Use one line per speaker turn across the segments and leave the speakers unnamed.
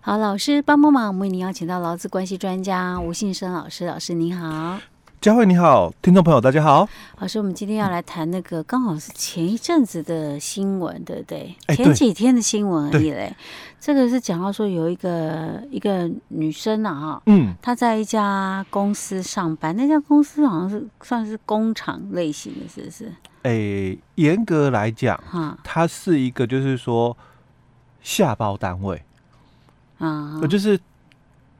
好，老师帮帮忙，我们为您邀请到劳资关系专家吴信生老师，老师您好。
佳慧你好，听众朋友大家好。
老师，我们今天要来谈那个，刚好是前一阵子的新闻，对不对？
哎
前
对
几天的新闻而已
对
嘞。这个是讲到说有一个一个女生啊，
嗯，
她在一家公司上班，那家公司好像是算是工厂类型的，是不是？
诶、严格来讲，
哈
它是一个就是说下包单位，
啊
呃，，就是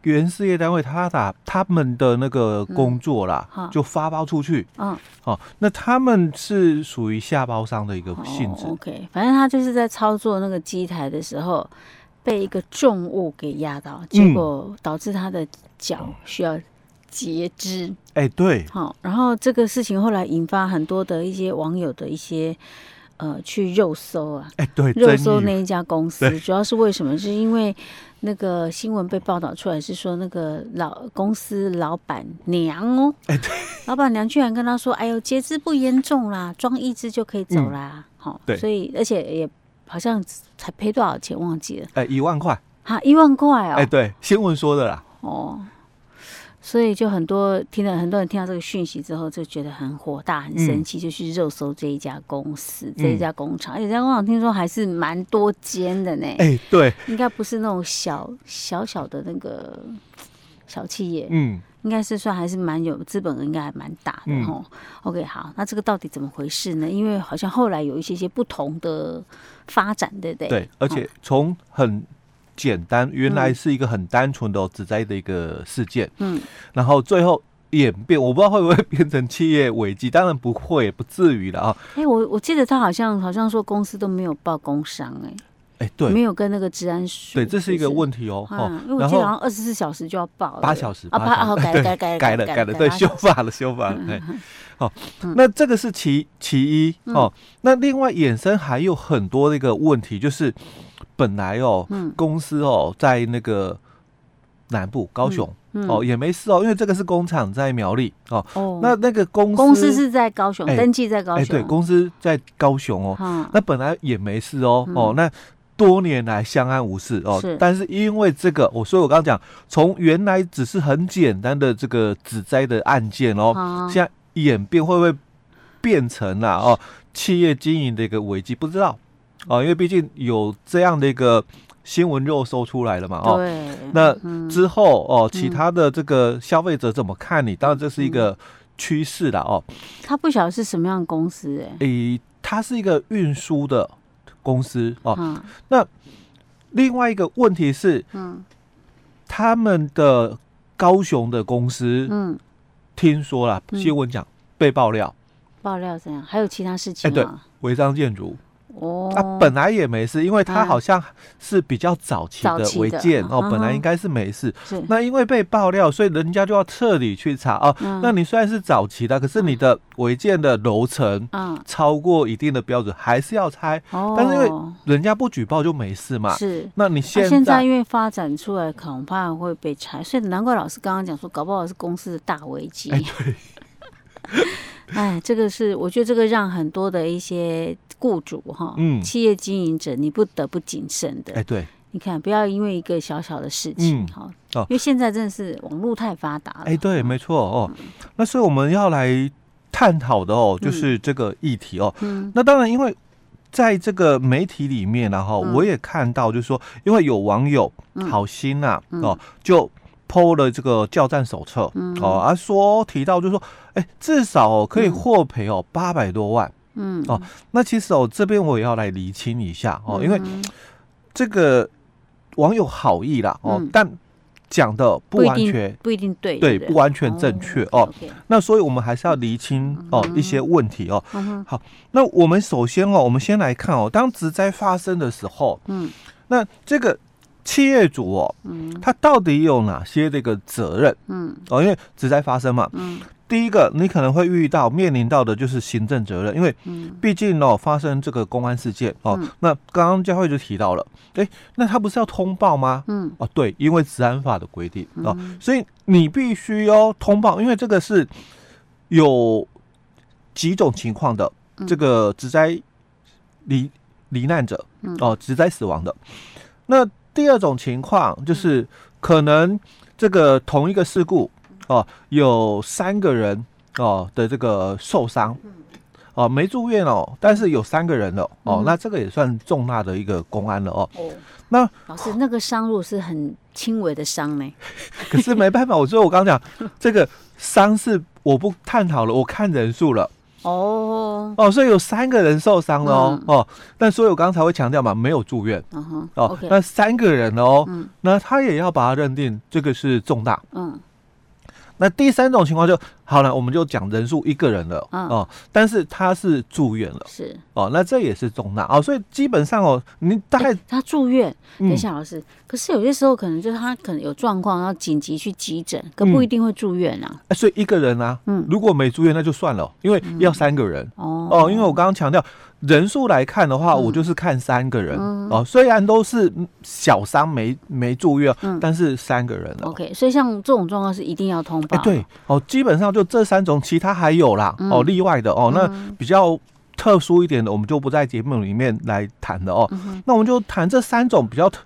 原事业单位他打他们的那个工作啦，
好
就发包出去。
嗯，
哦，那他们是属于下包商的一个性质。
哦。OK，反正她就是在操作那个机台的时候，被一个重物给压到，结
嗯
果导致她的脚
哦
需要截肢。
哎、对，
好、然后这个事情后来引发很多的一些网友的一些呃去肉搜啊，
哎、对，
肉
争
搜
议
那一家公司，主要是为什么？是因为那个新闻被报道出来是说那个老公司老板娘哦，
哎对
老板娘居然跟他说：“哎呦，截肢不严重啦，装一只就可以走啦。好、
嗯对
所以而且也好像才赔多少钱忘记了，
哎一、万块，
哈，一万块哦，
哎、对，新闻说的啦。
哦，所以就很多听了很多人听到这个讯息之后，就觉得很火大、很生
嗯
气，就去肉搜这一家公司、这一家工厂，而且这家工厂听说还是蛮多间的呢，
哎、对，
应该不是那种小小小的那个小企业，
嗯，
应该是算还是蛮有资本，应该还蛮大的
嗯
吼。OK，好，那这个到底怎么回事呢？因为好像后来有一些些不同的发展，对不对？
对，而且从很简单，原来是一个很单纯的、哦、只在的一个事件，
嗯，
然后最后演变，我不知道会不会变成企业危机，当然不会，不至于了啊。
哎、我我记得他好像好像说公司都没有报工伤、哎。
哎、对
没有跟那个治安署。
对，这是一个问
题。
题哦。哦
嗯，因为我
然
记得好
后
像二十四小时就要报了
八小时，
啊，
八
八
小
哦，
时
改了改了改了
改了
改
改了， 对，
八
修
小时
法了，修法了。哎
嗯
好，那这个是其其一哦。那另外衍生还有很多的一个问题，就是本来哦，
嗯
公司哦在那个南部高雄。
嗯
哦，也没事哦，因为这个是工厂在苗栗哦。
哦
那那个公司
公司是在高雄，
哎
登记在高
哎、
雄。
对，公司在高雄哦。
哈
那本来也没事哦，
嗯
哦，那多年来相安无事哦。
是
但是因为这个，我、所以我刚刚讲，从原来只是很简单的这个指摘的案件哦，
啊
现在演变会不会变成啊哦企业经营的一个危机？不知道哦，因为毕竟有这样的一个新闻肉搜出来了嘛哦。
对，
那
嗯
之后哦，其他的这个消费者怎么看你？当然这是一
嗯
个趋势啦哦。
他不晓得是什么样的公司哎。
诶，它是一个运输的公司哦。
嗯
另外一个问题是，
嗯
他们的高雄的公司、
嗯，
听说啦，
嗯
新闻讲被爆料
爆料怎样？还有其他事情
哎对
吗？
违章建筑，
哦
啊，本来也没事，因为它
嗯
好像是比较早期
早
的
期的
违建
嗯，
哦
哼嗯
本来应该是没事。
是
那因为被爆料，所以人家就要彻底去查哦。
嗯
那你虽然是早期的，可是你的违建的楼层
嗯
超过一定的标准，还是要拆。
哦，
但是因为人家不举报就没事嘛。
是
那你
那
现
现在
在
因为发展出来，恐怕会被拆，所以难怪老师刚刚讲说，搞不好是公司的大危机。哎， 这个是我觉得这个让很多的一些雇主哈，
嗯
企业经营者，你不得不谨慎的。
哎、对，
你看，不要因为一个小小的事情
嗯
哈，
哦
因为现在真的是网络太发达了。
哎、对，没错哦。那所以我们要来探讨的哦，就是这个议题哦。
嗯
那当然，因为在这个媒体里面然、后、
嗯
我也看到，就是说，因为有网友
嗯
好心呐、哦，就。PO 了这个教战手册、
嗯
哦，啊说提到就是说，哎、至少、哦、可以获赔哦八百多万。
嗯
哦那其实哦这边我也要来厘清一下哦，因为
嗯
这个网友好意啦哦，
嗯
但讲的不
不一
完
定
全
不一定对，
对，
不
不完全正确哦。
OK，
那所以我们还是要厘清哦
嗯
一些问题哦。
嗯哼
那我们首先哦，我们先来看哦，当职灾发生的时候，
嗯
那这个企业主哦，
嗯
他到底有哪些这个责任
嗯
哦？因为职灾发生嘛，
嗯
第一个你可能会遇到面临到的就是行政责任，因为
嗯
毕竟哦发生这个公安事件哦，
嗯
那刚刚佳慧就提到了，诶，那他不是要通报吗？
嗯
哦，对，因为治安法的规定哦，
嗯
所以你必须哦通报，因为这个是有几种情况的，
嗯
这个职灾罹罹难者
嗯
哦，职灾死亡的。那第二种情况
嗯
就是可能这个同一个事故哦、有三个人哦、的这个受伤。
嗯
哦，没住院哦，但是有三个人了哦，
嗯
那这个也算重大的一个公安了哦。
哦，
那
老师，那个伤如果是很轻微的伤呢？
可是没办法，我所以 我刚讲这个伤是我不探讨了，我看人数了
哦，
哦，所以有三个人受伤了哦、哦，那所以我刚才会强调嘛，没有住院
嗯哼
哦
，OK，
那三个人哦，
嗯
那他也要把它认定这个是重大。
嗯
那第三种情况就好了，我们就讲人数一个人了、
嗯
哦，但是他是住院了
是。
哦，那这也是重大哦，所以基本上哦，你大概、
哎他住院，等一
嗯
下老师，可是有些时候可能就是他可能有状况，然后紧急去急诊，可不
嗯
一定会住院啊。
哎所以一个人啊，
嗯，
如果没住院那就算了，因为要三个人。
哦
哦，因为我刚刚强调人数来看的话，我就是看三个人哦，虽然都是嗯小伤没没住院，
嗯
但是三个人哦。
OK，所以像这种状况是一定要通
哎
报。，
对，哦，基本上就这三种，其他还有啦，
嗯
哦，例外的哦，那比较特殊一点的，我们就不在节目里面来谈的
嗯
哦。那我们就谈这三种比较特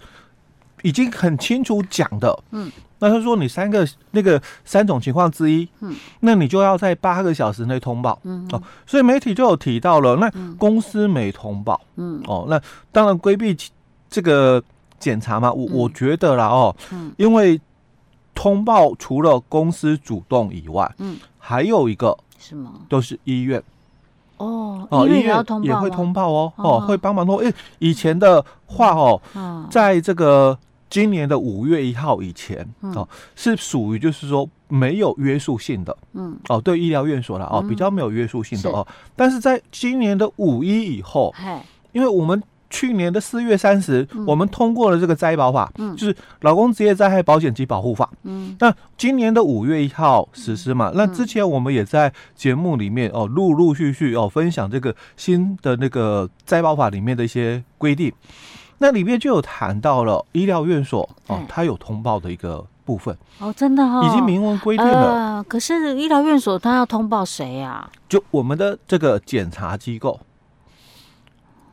已经很清楚讲的，
嗯，
那他说你三个那个三种情况之一，
嗯，
那你就要在八个小时内通报。
嗯
哦，所以媒体就有提到了，那公司没通报、
嗯
哦，那当然规避其这个检查嘛，我、
嗯
我觉得啦哦，
嗯
因为通报除了公司主动以外，
嗯，
还有一个
是吗？
就是医院
哦，
哦，
医院
医
也要通报
也会
吗
通报哦，
哦
哦，会帮忙通。哎、以前的话哦，
啊，
在这个今年的五月一号以前、
嗯
哦，是属于就是说没有约束性的。
嗯，
哦，对医疗院所了哦，
嗯
比较没有约束性的
是
哦。但是在今年的五一以后，
嘿，
因为我们去年的四月三十、
嗯
我们通过了这个灾保法，
嗯
就是《劳工职业灾害保险及保护法》。
嗯
那今年的五月一号实施嘛、那之前我们也在节目里面哦，陆陆续续哦分享这个新的那个灾保法里面的一些规定。那里面就有谈到了医疗院所哦
嗯，
它有通报的一个部分，
哦，真的哦，
已经明文规定了。
呃，可是医疗院所他要通报谁啊呀？
就我们的这个检查机构，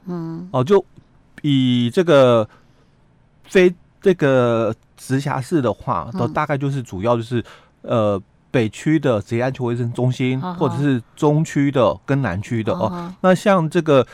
嗯，哦，就以这个非这个直辖市的话，
嗯
都大概就是主要就是、呃北区的职业安全卫生中心，
啊哈
或者是中区的跟南区的哦。
哦，
那像这个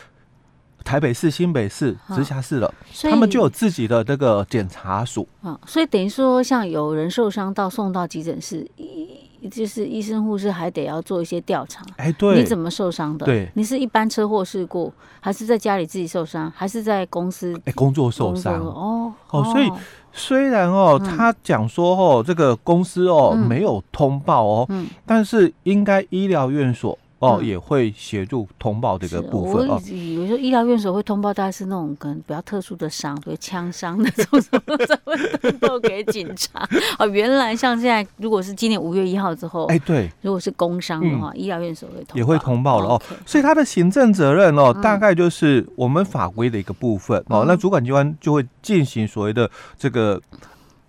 台北市、新北市、
啊
直辖市的，
所以
他们就有自己的这个检查署。
啊，所以等于说，像有人受伤到送到急诊室，医就是医生护士还得要做一些调查。
哎，对，
你怎么受伤的？
对
你是一般车祸事故，还是在家里自己受伤，还是在公司
哎工作受
工作
伤？
哦
哦所以虽然哦，
嗯
他讲说哦，这个公司哦、
嗯
没有通报哦，
嗯，
但是应该医疗院所哦、
嗯
也会协助通报这
是
个部分
我
哦
一。直以为说医疗院所会通报，大概是那种可能比较特殊的伤，比如枪伤那种什么才会通报给警察。哦，原来像现在，如果是今年五月一号之后，
哎，对，
如果是工伤的话，医疗院所会通
也会通报了哦
OK，
所以他的行政责任哦，
嗯
大概就是我们法规的一个部分哦
嗯。
那主管机关就会进行所谓的这个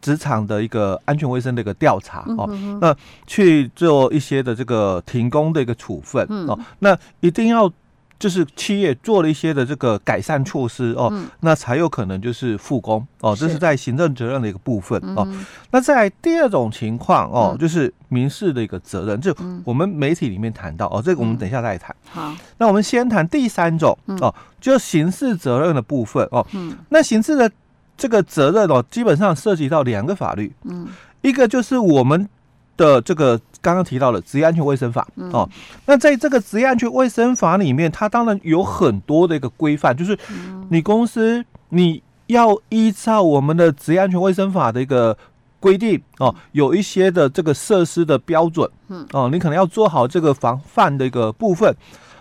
职场的一个安全卫生的一个调查
嗯
哦，
哼哼
去做一些的这个停工的一个处分
嗯
哦。那一定要就是企业做了一些的这个改善措施哦
嗯，
那才有可能就是复工哦。这
是
是在行政责任的一个部分
嗯
哦。
哼
那在第二种情况哦
嗯，
就是民事的一个责任，就
嗯
我们媒体里面谈到哦，这个我们
嗯
等一下再谈。
好，
那我们先谈第三种
嗯
哦，就刑事责任的部分哦。
嗯
那刑事的这个责任哦，基本上涉及到两个法律，
嗯
一个就是我们的这个刚刚提到的《职业安全卫生法》
嗯
哦，那在这个《职业安全卫生法》里面，它当然有很多的一个规范，就是
嗯
你公司你要依照我们的《职业安全卫生法》的一个规定哦，有一些的这个设施的标准，
嗯，
哦，你可能要做好这个防范的一个部分。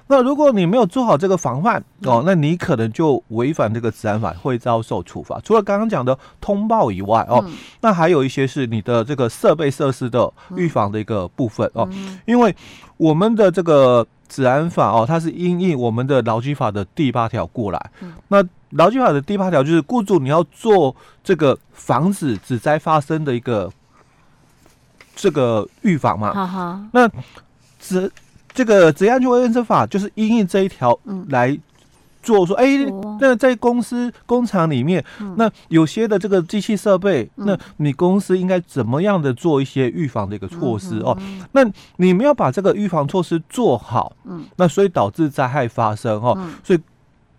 那如果你没有做好这个防范
嗯
哦，那你可能就违反这个治安法，会遭受处罚。除了刚刚讲的通报以外哦，
嗯
那还有一些是你的这个设备设施的预防的一个部分哦，
嗯
因为我们的这个治安法哦，它是因应我们的劳基法的第八条过来。
嗯
那劳基法的第八条就是雇主你要做这个防止指灾发生的一个这个预防嘛。
哈哈，
那职这个职业安全卫生法就是因应这一条
嗯
来做说，哎、
哦嗯
那在公司工厂里面，那有些的这个机器设备，那你公司应该怎么样的做一些预防的一个措施
嗯
哦？那你们要把这个预防措施做好，
嗯，
那所以导致灾害发生哦，
嗯
所以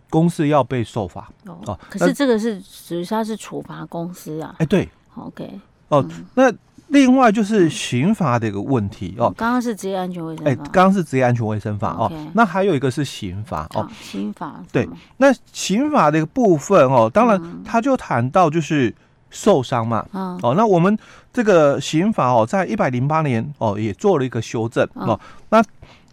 公司要被受罚。
哦
哦，
可
那
是这个是属于它是处罚公司啊
哎、。对，
OK，嗯
那另外就是刑罚的一个问题哦。
刚刚是职业安全卫生
哎，
法。
刚刚是职业安全卫生法哦
嗯 OK，
那还有一个是刑法哦
哦，。刑法
对
什么
那刑法的一个部分哦，当然他就谈到就是受伤嘛，
嗯
哦，那我们这个刑法哦，在一百零八年哦也做了一个修正哦，那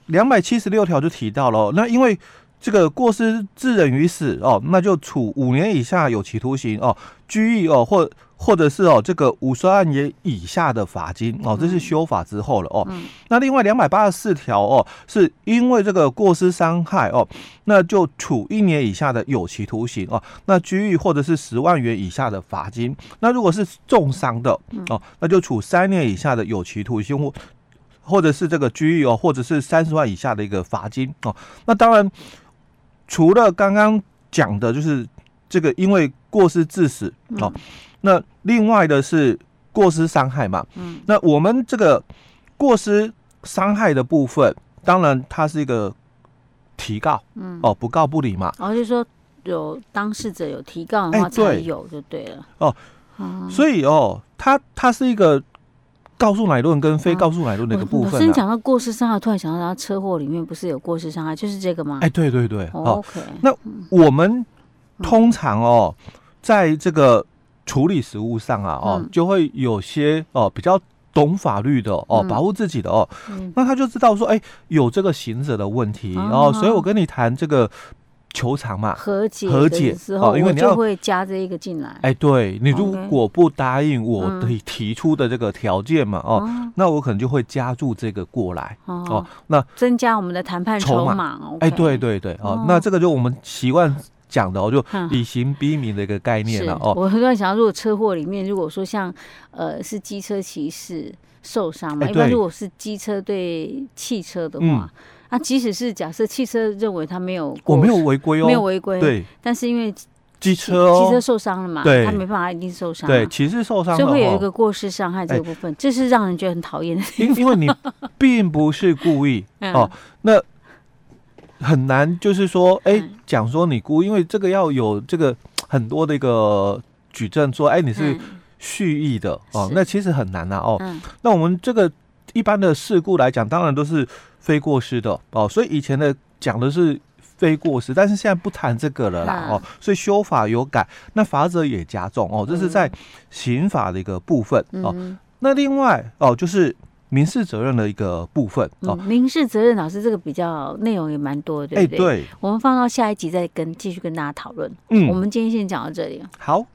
两百七十六条就提到了、哦，那因为这个过失致人于死哦，那就处五年以下有期徒刑哦，拘役哦，或或者是哦这个五十万元以下的罚金哦，这是修法之后了哦。那另外两百八十四条哦，是因为这个过失伤害哦，那就处一年以下的有期徒刑哦，那拘役或者是十万元以下的罚金。那如果是重伤的哦，那就处三年以下的有期徒刑或或者是这个拘役哦，或者是三十万以下的一个罚金哦。那当然，除了刚刚讲的，就是这个因为过失致死哦，那另外的是过失伤害嘛。
嗯，
那我们这个过失伤害的部分，当然它是一个提告，嗯，哦，不告不理嘛。
然后就说有当事者有提告的话
哎
才
对
有就对了。
所以哦，它它是一个告诉乃论跟非告诉乃论的一个
哦
部
我
分、
先
啊。
讲到过失伤害，突然想到，然后车祸里面不是有过失伤害，就是这个吗？
哎，对对对，哦，
o k
那我们通常哦，在这个处理食物上啊，哦，
嗯
就会有些哦比较懂法律的哦
嗯，
保护自己的哦，
嗯
那他就知道说，哎，有这个行者的问题，
啊
哦，所以我跟你谈这个球场嘛，
和解
啊和解
的时候，
哦因为
我
你要
就会加这一个进来。
哎，对你如
OK
果不答应我
嗯
提提出的这个条件嘛，哦，
哦
那我可能就会加注这个过来，
哦
哦，，那
增加我们的谈判筹
筹码
码。OK
哎，对，对对，哦
哦，
那这个就我们习惯讲的哦，就
哼
以刑逼民的一个概念
是
了，哦，
我突然想到，如果车祸里面，如果说像呃是机车骑士受伤嘛，
哎
一般
对嗯
如果是机车对汽车的话，那、即使是假设汽车认为他没有
我
过
没有违规哦，
没有违规，，
对，
但是因为汽汽
机车哦，
车受伤了嘛，
对
他没办法一定受伤、啊，
对，骑士受伤
所
了、
以会有一
哦，哎
个过失伤害这个部分，这是让人觉得很讨厌的。
因因为 你并不是故意，
嗯
哦那很难就是说，哎、
嗯
讲说你故意，因为这个要有这个很多的一个举证说，哎，你是
嗯
蓄意的、哦
是，
那其实很难啊，哦，
嗯
那我们这个一般的事故来讲，当然都是非过失的哦，所以以前的讲的是非过失，但是现在不谈这个了啦
嗯
哦，所以修法有改，那罚则也加重哦，这是在刑法的一个部分哦。
嗯
那另外哦，就是民事责任的一个部分哦哎
嗯，，民事责任老师这个比较内容也蛮多的，对不对？
对，
我们放到下一集再跟继续跟大家讨论。我
嗯，
们今天先讲到这里。哦
好。